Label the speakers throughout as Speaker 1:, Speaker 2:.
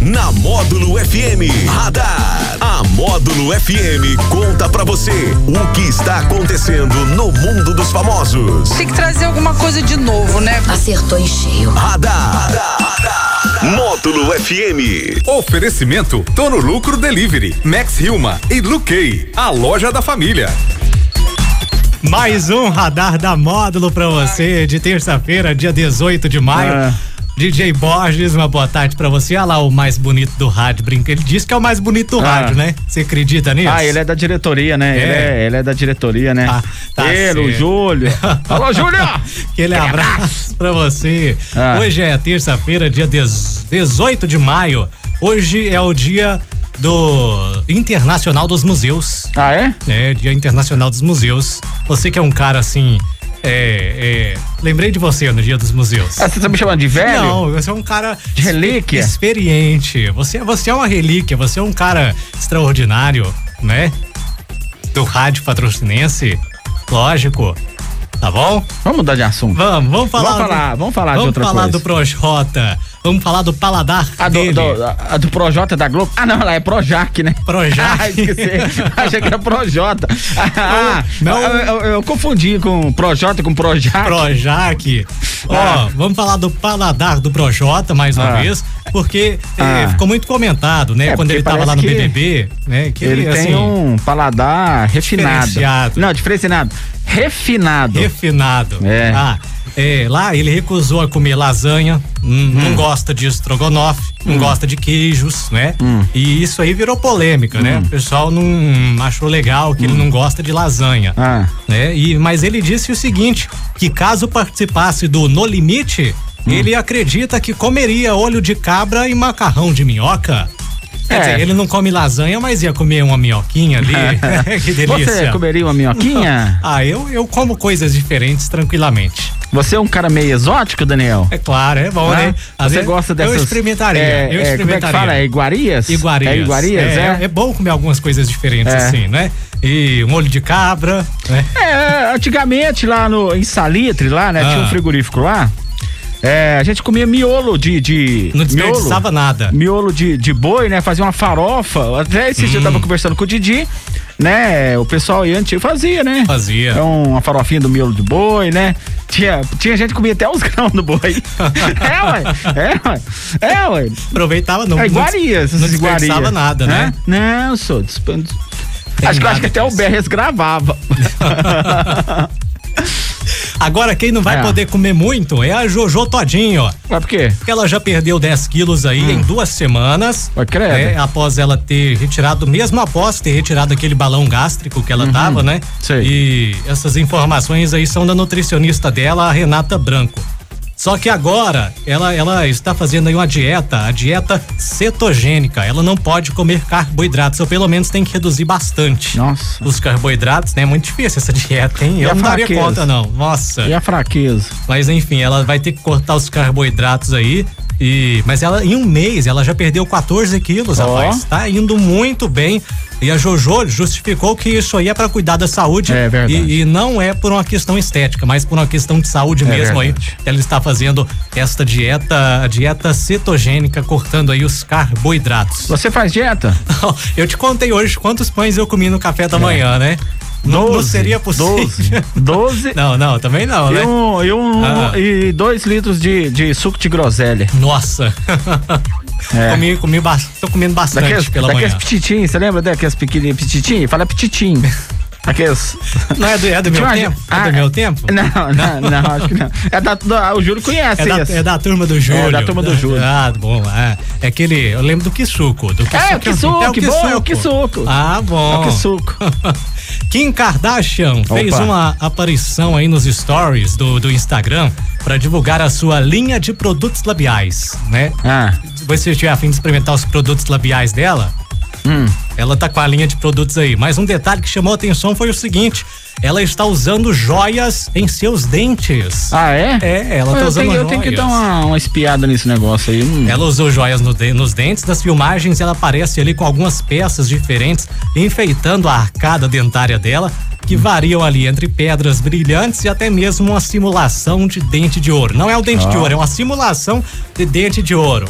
Speaker 1: Na Módulo FM Radar. A Módulo FM conta pra você o que está acontecendo no mundo dos famosos.
Speaker 2: Tem que trazer alguma coisa de novo, né?
Speaker 3: Acertou em cheio.
Speaker 1: Radar. Módulo FM.
Speaker 4: Oferecimento Tono Lucro Delivery, Max Hilma e Luquei, a loja da família.
Speaker 5: Mais um radar da módulo pra você de terça-feira, dia 18 de maio.
Speaker 6: Ah.
Speaker 5: DJ Borges, uma boa tarde pra você. Olha lá o mais bonito do rádio, brinca. Ele disse que é o mais bonito do
Speaker 6: Ah.
Speaker 5: rádio, né? Você acredita nisso?
Speaker 6: Ah, ele é da diretoria, né? Ele, é, ele é da diretoria, né?
Speaker 5: Ah, tá
Speaker 6: ele, o
Speaker 5: certo.
Speaker 6: Júlio. Alô, Júlio!
Speaker 5: Aquele é um abraço pra você.
Speaker 6: Ah.
Speaker 5: Hoje é terça-feira, dia 10 18 de maio. Hoje é o dia do Internacional dos Museus.
Speaker 6: Ah, é?
Speaker 5: né? Dia Internacional dos Museus. Você que é um cara assim. É, é, lembrei de você no Dia dos Museus.
Speaker 6: Ah, você tá me chamando de velho?
Speaker 5: Não, você é um cara
Speaker 6: De relíquia?
Speaker 5: espe- experiente. Você, você é uma relíquia, você é um cara extraordinário, né? Do rádio patrocinense, lógico. Tá bom?
Speaker 6: Vamos mudar de assunto.
Speaker 5: Vamos, vamos falar.
Speaker 6: Vamos falar, vamos falar de
Speaker 5: vamos
Speaker 6: outra
Speaker 5: falar
Speaker 6: coisa.
Speaker 5: do Projota, vamos falar do paladar
Speaker 6: A do,
Speaker 5: dele.
Speaker 6: do, a, a do Projota da Globo? Ah, não, lá é Projac, né?
Speaker 5: Projac.
Speaker 6: Ah, esqueci. Achei que era Projota. Ah,
Speaker 5: Não, não.
Speaker 6: Eu, eu- eu confundi com Projota com Projac.
Speaker 5: Projac. Ó,
Speaker 6: Ah.
Speaker 5: vamos falar do paladar do Projota mais uma
Speaker 6: Ah.
Speaker 5: vez, porque
Speaker 6: Ah.
Speaker 5: eh, ficou muito comentado, né?
Speaker 6: É,
Speaker 5: quando ele
Speaker 6: porque
Speaker 5: tava lá no
Speaker 6: parece que
Speaker 5: BBB, né? Que
Speaker 6: Ele tem um paladar refinado.
Speaker 5: Diferenciado.
Speaker 6: Não, diferenciado. Refinado.
Speaker 5: refinado.
Speaker 6: É.
Speaker 5: Ah, é, lá ele recusou a comer lasanha, hum, não gosta de estrogonofe,
Speaker 6: Hum.
Speaker 5: não gosta de queijos, né? E isso aí virou polêmica,
Speaker 6: Hum.
Speaker 5: né? O pessoal não achou legal que ele não gosta de lasanha.
Speaker 6: Ah.
Speaker 5: Né? E, mas ele disse o seguinte: que caso participasse do No Limite,
Speaker 6: Hum.
Speaker 5: ele acredita que comeria olho de cabra e macarrão de minhoca. Quer
Speaker 6: É.
Speaker 5: dizer, ele não come lasanha, mas ia comer uma minhoquinha ali. que delícia.
Speaker 6: Você comeria uma minhoquinha?
Speaker 5: Ah, eu, eu como coisas diferentes tranquilamente.
Speaker 6: Você é um cara meio exótico, Daniel?
Speaker 5: É claro, é bom,
Speaker 6: Né?
Speaker 5: né? Às
Speaker 6: Você
Speaker 5: vezes
Speaker 6: gosta dessas...
Speaker 5: Eu experimentaria. eu
Speaker 6: É, é, como é que
Speaker 5: experimentaria.
Speaker 6: fala? É iguarias?
Speaker 5: Iguarias.
Speaker 6: É iguarias,
Speaker 5: é,
Speaker 6: é?
Speaker 5: é bom comer algumas coisas diferentes,
Speaker 6: É.
Speaker 5: assim, né? E um olho de cabra, né?
Speaker 6: É, antigamente lá no, em Salitre, lá, né?
Speaker 5: Ah.
Speaker 6: Tinha um frigorífico lá. É, a gente comia miolo de. de
Speaker 5: Não desperdiçava
Speaker 6: miolo,
Speaker 5: nada.
Speaker 6: Miolo de, de boi, né? Fazia uma farofa. Até esse dia eu
Speaker 5: Hum.
Speaker 6: tava conversando com o Didi, né? O pessoal aí antigo fazia, né?
Speaker 5: Fazia.
Speaker 6: É uma farofinha do miolo de boi, né? Tinha, tinha gente que comia até os grãos do boi. é, ué. É, ué. É, ué.
Speaker 5: Aproveitava, não.
Speaker 6: É iguarias,
Speaker 5: Não,
Speaker 6: essas
Speaker 5: não desperdiçava
Speaker 6: iguarias.
Speaker 5: nada,
Speaker 6: Hã?
Speaker 5: né?
Speaker 6: Não, sou. Desp... Acho, que-
Speaker 5: nada
Speaker 6: acho que até o
Speaker 5: disso.
Speaker 6: Berres gravava.
Speaker 5: Agora, quem não vai
Speaker 6: É.
Speaker 5: poder comer muito é a Jojo Todinho, ó.
Speaker 6: Mas por quê?
Speaker 5: Porque ela já perdeu 10 quilos aí em duas semanas.
Speaker 6: Ó, Hum. credo.
Speaker 5: né? Após ela ter retirado, mesmo após ter retirado aquele balão gástrico que ela tava, né?
Speaker 6: Uhum. Sei.
Speaker 5: E essas informações aí são da nutricionista dela, a Renata Branco. Só que agora ela, ela está fazendo aí uma dieta, a dieta cetogênica. Ela não pode comer carboidratos, ou pelo menos tem que reduzir bastante.
Speaker 6: Nossa.
Speaker 5: Os carboidratos, né? É muito difícil essa dieta, hein?
Speaker 6: E
Speaker 5: Eu
Speaker 6: a
Speaker 5: não daria
Speaker 6: fraqueza?
Speaker 5: conta, não. Nossa.
Speaker 6: E a fraqueza?
Speaker 5: Mas enfim, ela vai ter que cortar os carboidratos aí. E, mas ela, em um mês, ela já perdeu 14 quilos,
Speaker 6: Ó.
Speaker 5: rapaz. Tá indo muito bem. E a Jojo justificou que isso aí é pra cuidar da saúde.
Speaker 6: É verdade.
Speaker 5: E, e não é por uma questão estética, mas por uma questão de saúde mesmo
Speaker 6: É verdade.
Speaker 5: aí. Ela está fazendo esta dieta, a dieta cetogênica, cortando aí os carboidratos.
Speaker 6: Você faz dieta?
Speaker 5: Eu te contei hoje quantos pães eu comi no café da manhã, né? Não- não
Speaker 6: É. Doze,
Speaker 5: seria possível.
Speaker 6: Doze. Doze.
Speaker 5: Não, não, também não, né?
Speaker 6: E, um, e, um,
Speaker 5: Ah.
Speaker 6: e dois litros de, de suco de groselha.
Speaker 5: Nossa.
Speaker 6: É.
Speaker 5: Comi, comi bas- tô comendo bastante
Speaker 6: Daqueles,
Speaker 5: pela
Speaker 6: daqueles
Speaker 5: manhã.
Speaker 6: petitinhos, você lembra daqueles pequenininhos petitinhos? Fala petitinho. Aqueles.
Speaker 5: Não é do, é do meu
Speaker 6: Tinha uma-
Speaker 5: tempo? É
Speaker 6: Ah,
Speaker 5: do meu tempo?
Speaker 6: Não, não, não, acho que não. É da, da- o Júlio conhece
Speaker 5: É da,
Speaker 6: esse.
Speaker 5: é da turma do Júlio.
Speaker 6: da turma do Júlio.
Speaker 5: Ah, bom. É, é aquele. Eu lembro do que suco. Do
Speaker 6: É, o Kisuko, bom, é o Kisuko.
Speaker 5: Ah, bom.
Speaker 6: Ó, que suco.
Speaker 5: Kim Kardashian fez
Speaker 6: Opa.
Speaker 5: uma aparição aí nos stories do, do Instagram para divulgar a sua linha de produtos labiais, né?
Speaker 6: Ah,
Speaker 5: Se você estiver afim de experimentar os produtos labiais dela,
Speaker 6: Hum.
Speaker 5: ela tá com a linha de produtos aí. Mas um detalhe que chamou a atenção foi o seguinte: ela está usando joias em seus dentes.
Speaker 6: ah é?
Speaker 5: É, ela tá
Speaker 6: eu
Speaker 5: usando
Speaker 6: tenho,
Speaker 5: joias.
Speaker 6: eu tenho que dar uma, uma espiada nesse negócio aí. Hum.
Speaker 5: Ela usou joias no de- nos dentes. Nas filmagens, ela aparece ali com algumas peças diferentes, enfeitando a arcada dentária dela, que
Speaker 6: Hum.
Speaker 5: variam ali entre pedras brilhantes e até mesmo uma
Speaker 6: Ah.
Speaker 5: simulação de dente de ouro. Não é o dente de ouro, é uma simulação de dente de ouro.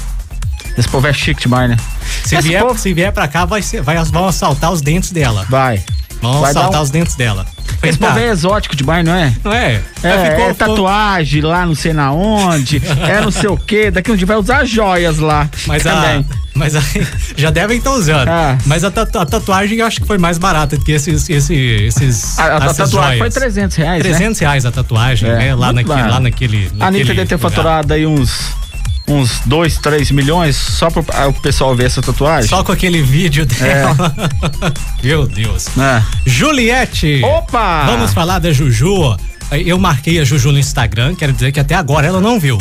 Speaker 6: Esse povo é chique demais, né?
Speaker 5: Se
Speaker 6: Esse
Speaker 5: vier,
Speaker 6: povo-
Speaker 5: se vier pra cá, vai ser, vai, vão assaltar os dentes dela.
Speaker 6: Vai.
Speaker 5: Vão
Speaker 6: Vai dar
Speaker 5: assaltar
Speaker 6: um-
Speaker 5: os dentes dela.
Speaker 6: Esse povo é
Speaker 5: Verdade.
Speaker 6: exótico demais, não é?
Speaker 5: Não é? Ela
Speaker 6: É,
Speaker 5: ficou-
Speaker 6: é tatuagem lá não sei na onde, é não sei o quê, daqui a um dia vai usar joias lá.
Speaker 5: Mas a,
Speaker 6: também.
Speaker 5: mas a- já devem estar usando.
Speaker 6: Ah.
Speaker 5: Mas a, tatu- a tatuagem eu acho que foi mais barata do que esses. esse- esses
Speaker 6: A, a
Speaker 5: essas
Speaker 6: tatuagem foi
Speaker 5: joias.
Speaker 6: 300 reais, né?
Speaker 5: 300 reais a tatuagem,
Speaker 6: É,
Speaker 5: né? Lá
Speaker 6: muito
Speaker 5: naquele,
Speaker 6: barato.
Speaker 5: lá naquele.
Speaker 6: né? A Anitta
Speaker 5: naquele
Speaker 6: deve ter
Speaker 5: lugar.
Speaker 6: faturado aí uns, uns 2, 3 milhões só pro ah, o pessoal ver essa tatuagem.
Speaker 5: Só com aquele
Speaker 6: É.
Speaker 5: vídeo dela. Meu Deus.
Speaker 6: né?
Speaker 5: Juliette!
Speaker 6: Opa!
Speaker 5: Vamos falar da Juju. Eu marquei a Juju no Instagram, quero dizer que até agora ela não viu.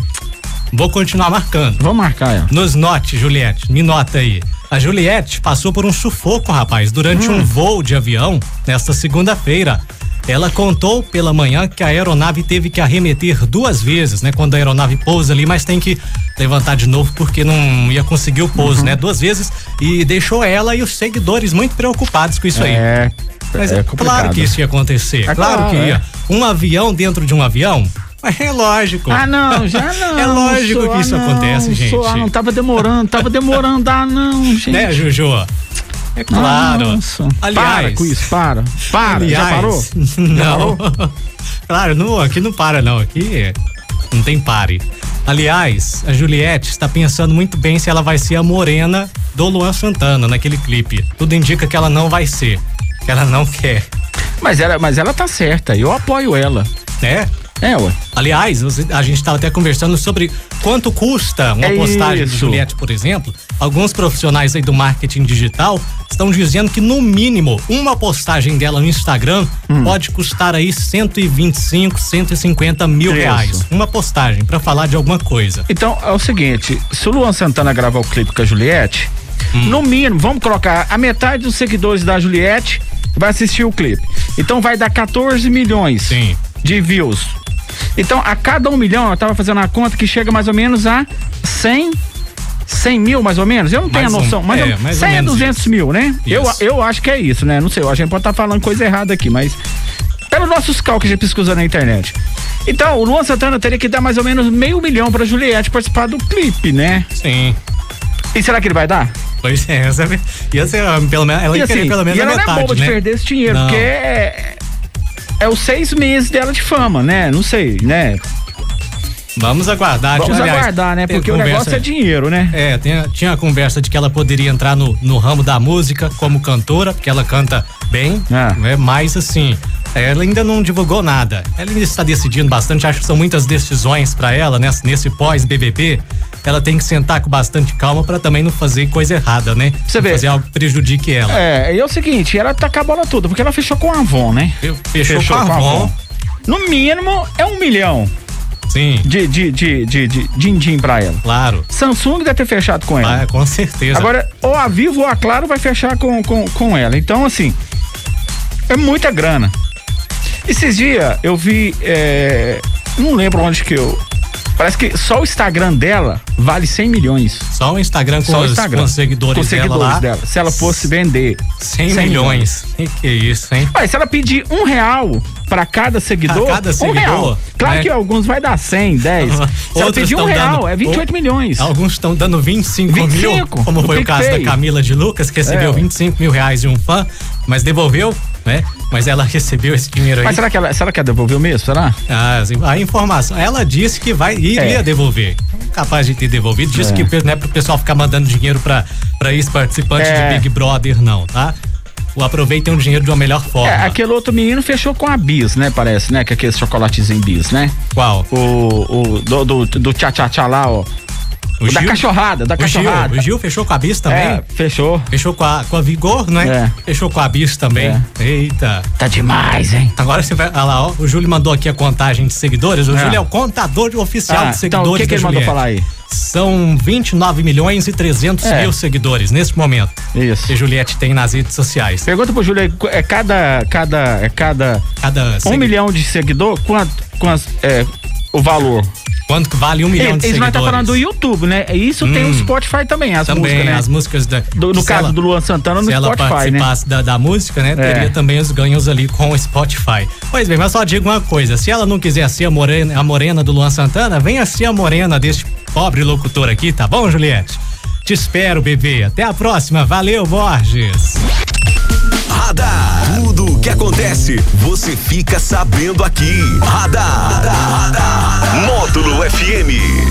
Speaker 5: Vou continuar marcando.
Speaker 6: Vamos marcar, ó.
Speaker 5: Nos note, Juliette. Me nota aí. A Juliette passou por um sufoco, rapaz,
Speaker 6: Hum.
Speaker 5: durante um voo de avião nesta segunda-feira. Ela contou pela manhã que a aeronave teve que arremeter duas vezes, né? Quando a aeronave pousa ali, mas tem que levantar de novo porque não ia conseguir o
Speaker 6: Uhum.
Speaker 5: pouso, né? Duas vezes. E deixou ela e os seguidores muito preocupados com isso aí.
Speaker 6: É,
Speaker 5: Mas
Speaker 6: é
Speaker 5: é
Speaker 6: complicado.
Speaker 5: claro que isso ia acontecer.
Speaker 6: É
Speaker 5: claro,
Speaker 6: claro,
Speaker 5: que ia.
Speaker 6: é.
Speaker 5: Um avião dentro de um avião? Mas é lógico.
Speaker 6: Ah, não, já não.
Speaker 5: É lógico
Speaker 6: sou,
Speaker 5: que isso
Speaker 6: ah, não,
Speaker 5: acontece, gente.
Speaker 6: Sou, ah, não, tava demorando, tava demorando, ah, não, gente. Ah,
Speaker 5: Né, Juju? É claro.
Speaker 6: Nossa.
Speaker 5: Aliás.
Speaker 6: para com isso, para. Para,
Speaker 5: Aliás,
Speaker 6: já parou?
Speaker 5: Não. claro, não, aqui não para, não. Aqui não tem pare. Aliás, a Juliette está pensando muito bem se ela vai ser a morena do Luan Santana naquele clipe. Tudo indica que ela não vai ser. Que ela não quer,
Speaker 6: Mas ela, mas ela tá certa, eu apoio ela.
Speaker 5: né?
Speaker 6: É, ué.
Speaker 5: Aliás, você- a gente estava até conversando sobre quanto custa uma
Speaker 6: É
Speaker 5: postagem de
Speaker 6: isso.
Speaker 5: Juliette, por exemplo. Alguns profissionais aí do marketing digital estão dizendo que, no mínimo, uma postagem dela no Instagram
Speaker 6: Hum.
Speaker 5: pode custar aí 125, 150 mil
Speaker 6: Isso.
Speaker 5: reais. Uma postagem para falar de alguma coisa.
Speaker 6: Então é o seguinte: se o Luan Santana gravar o clipe com a Juliette,
Speaker 5: Hum.
Speaker 6: no mínimo, vamos colocar a metade dos seguidores da Juliette vai assistir o clipe. Então vai dar 14 milhões
Speaker 5: Sim.
Speaker 6: de views. Então a cada um milhão, eu tava fazendo a conta que chega mais ou menos a 100. 100 mil, mais ou menos? Eu não tenho
Speaker 5: Mais
Speaker 6: a
Speaker 5: um-
Speaker 6: noção. mas
Speaker 5: é,
Speaker 6: eu-
Speaker 5: mais ou
Speaker 6: 100 a
Speaker 5: menos
Speaker 6: 200 mil, né? Eu,
Speaker 5: Isso.
Speaker 6: eu acho que é isso, né? Não sei, a gente pode estar falando coisa errada aqui, mas. Pelos nossos cálculos de pesquisa na internet. Então, o Luan Santana teria que dar mais ou menos meio milhão pra Juliette participar do clipe, né?
Speaker 5: Sim.
Speaker 6: E será que ele vai dar?
Speaker 5: Pois é, essa, ia ser, pelo menos, ela
Speaker 6: E
Speaker 5: ia querer pelo menos
Speaker 6: e
Speaker 5: a
Speaker 6: ela não é
Speaker 5: metade,
Speaker 6: boba
Speaker 5: né?
Speaker 6: de perder esse dinheiro,
Speaker 5: Não.
Speaker 6: porque é, é os seis meses dela de fama, né? Não sei, né?
Speaker 5: Vamos aguardar.
Speaker 6: Vamos
Speaker 5: aliás,
Speaker 6: aguardar, né?
Speaker 5: tem
Speaker 6: Porque o
Speaker 5: conversa-
Speaker 6: negócio é dinheiro, né?
Speaker 5: É, tem- tinha a conversa de que ela poderia entrar no, no ramo da música como cantora, porque ela canta bem,
Speaker 6: É.
Speaker 5: né? Mas assim, ela ainda não divulgou nada. Ela ainda está decidindo bastante, acho que são muitas decisões para ela, né? Nesse pós-BBB, ela tem que sentar com bastante calma para também não fazer coisa errada, né?
Speaker 6: Você
Speaker 5: Não
Speaker 6: vê.
Speaker 5: Fazer algo que prejudique ela.
Speaker 6: É, e é o seguinte, ela tá com a bola toda, porque ela fechou com a Avon, né?
Speaker 5: Fechou, com a Avon.
Speaker 6: No mínimo, é um milhão
Speaker 5: Sim,
Speaker 6: de, de, de, de, de din-din pra ela.
Speaker 5: claro.
Speaker 6: Samsung deve ter fechado com ela.
Speaker 5: Ah, com certeza.
Speaker 6: É. Agora, ou a Vivo ou a Claro vai fechar com, com, com ela. Então, assim, é muita grana. Esses dias eu vi. é, não lembro onde que eu. Parece que só o Instagram dela vale 100 milhões.
Speaker 5: só o Instagram com,
Speaker 6: Só o
Speaker 5: os,
Speaker 6: Instagram.
Speaker 5: com os seguidores,
Speaker 6: Com os seguidores
Speaker 5: dela lá.
Speaker 6: dela. Se ela fosse vender
Speaker 5: 100, milhões. Que que é isso, hein?
Speaker 6: Olha, se ela pedir um real pra cada seguidor,
Speaker 5: Pra cada
Speaker 6: um
Speaker 5: seguidor,
Speaker 6: real. Claro
Speaker 5: né?
Speaker 6: que alguns vai dar 100, 10. se ela
Speaker 5: Outros
Speaker 6: pedir um
Speaker 5: tão
Speaker 6: real,
Speaker 5: dando-
Speaker 6: é 28
Speaker 5: ou-
Speaker 6: milhões.
Speaker 5: Alguns estão dando 25, mil,
Speaker 6: 25,
Speaker 5: como
Speaker 6: do
Speaker 5: foi o caso
Speaker 6: PicPay.
Speaker 5: da Camila de Lucas, que recebeu
Speaker 6: É.
Speaker 5: 25 mil reais de um fã, mas devolveu, né? Mas ela recebeu esse dinheiro aí.
Speaker 6: Mas será que ela, será que ela devolveu mesmo? Será?
Speaker 5: Ah, assim, a informação, ela disse que vai iria
Speaker 6: É.
Speaker 5: devolver. Capaz de ter devolvido. Disse
Speaker 6: É.
Speaker 5: que não é pro pessoal ficar mandando dinheiro pra, pra ex-participante
Speaker 6: É.
Speaker 5: de Big Brother, não, tá? O aproveitem o dinheiro de uma melhor forma.
Speaker 6: É, aquele outro menino fechou com a Bis, né? Parece, né? Que é aquele chocolatezinho Bis, né?
Speaker 5: Qual?
Speaker 6: O, o do, do, do tchá tchá tchá lá, ó.
Speaker 5: O,
Speaker 6: da cachorrada, da
Speaker 5: o Gil,
Speaker 6: cachorrada.
Speaker 5: o Gil fechou com a bis também?
Speaker 6: É, fechou.
Speaker 5: Fechou com a, com a Vigor, né?
Speaker 6: É.
Speaker 5: Fechou com a Bis também. Eita.
Speaker 6: Tá demais, hein?
Speaker 5: Agora você vai. Olha lá, ó, o Júlio mandou aqui a contagem de seguidores. O
Speaker 6: É.
Speaker 5: Júlio é o contador oficial
Speaker 6: Ah,
Speaker 5: um de
Speaker 6: então o
Speaker 5: seguidores.
Speaker 6: que, que
Speaker 5: da
Speaker 6: ele mandou
Speaker 5: Juliette.
Speaker 6: falar aí?
Speaker 5: São 29 milhões e 300
Speaker 6: É.
Speaker 5: mil seguidores neste momento.
Speaker 6: Isso.
Speaker 5: Que Juliette tem nas redes sociais.
Speaker 6: Pergunta pro Júlio aí, qu- é cada, cada, é cada
Speaker 5: Cada
Speaker 6: um
Speaker 5: segui-
Speaker 6: milhão de seguidor, quanto, quanto é o valor?
Speaker 5: Quanto que vale um milhão de
Speaker 6: Eles vão
Speaker 5: seguidores?
Speaker 6: estar falando do YouTube, né? E Isso tem
Speaker 5: Hum.
Speaker 6: o Spotify também, as
Speaker 5: Também
Speaker 6: músicas, né?
Speaker 5: as músicas da.
Speaker 6: Do- no
Speaker 5: se
Speaker 6: caso
Speaker 5: ela-
Speaker 6: do Luan Santana, no
Speaker 5: se ela
Speaker 6: Spotify, né? É.
Speaker 5: participasse da, da música, né? Teria também os ganhos ali com o Spotify. Pois bem, mas só digo uma coisa: se ela não quiser ser a morena, a morena do Luan Santana, venha ser a morena deste pobre locutor aqui, tá bom, Juliette? Te espero, bebê. Até a próxima. Valeu, Borges.
Speaker 1: Radar. Tudo o que acontece, você fica sabendo aqui. Radar. Módulo FM.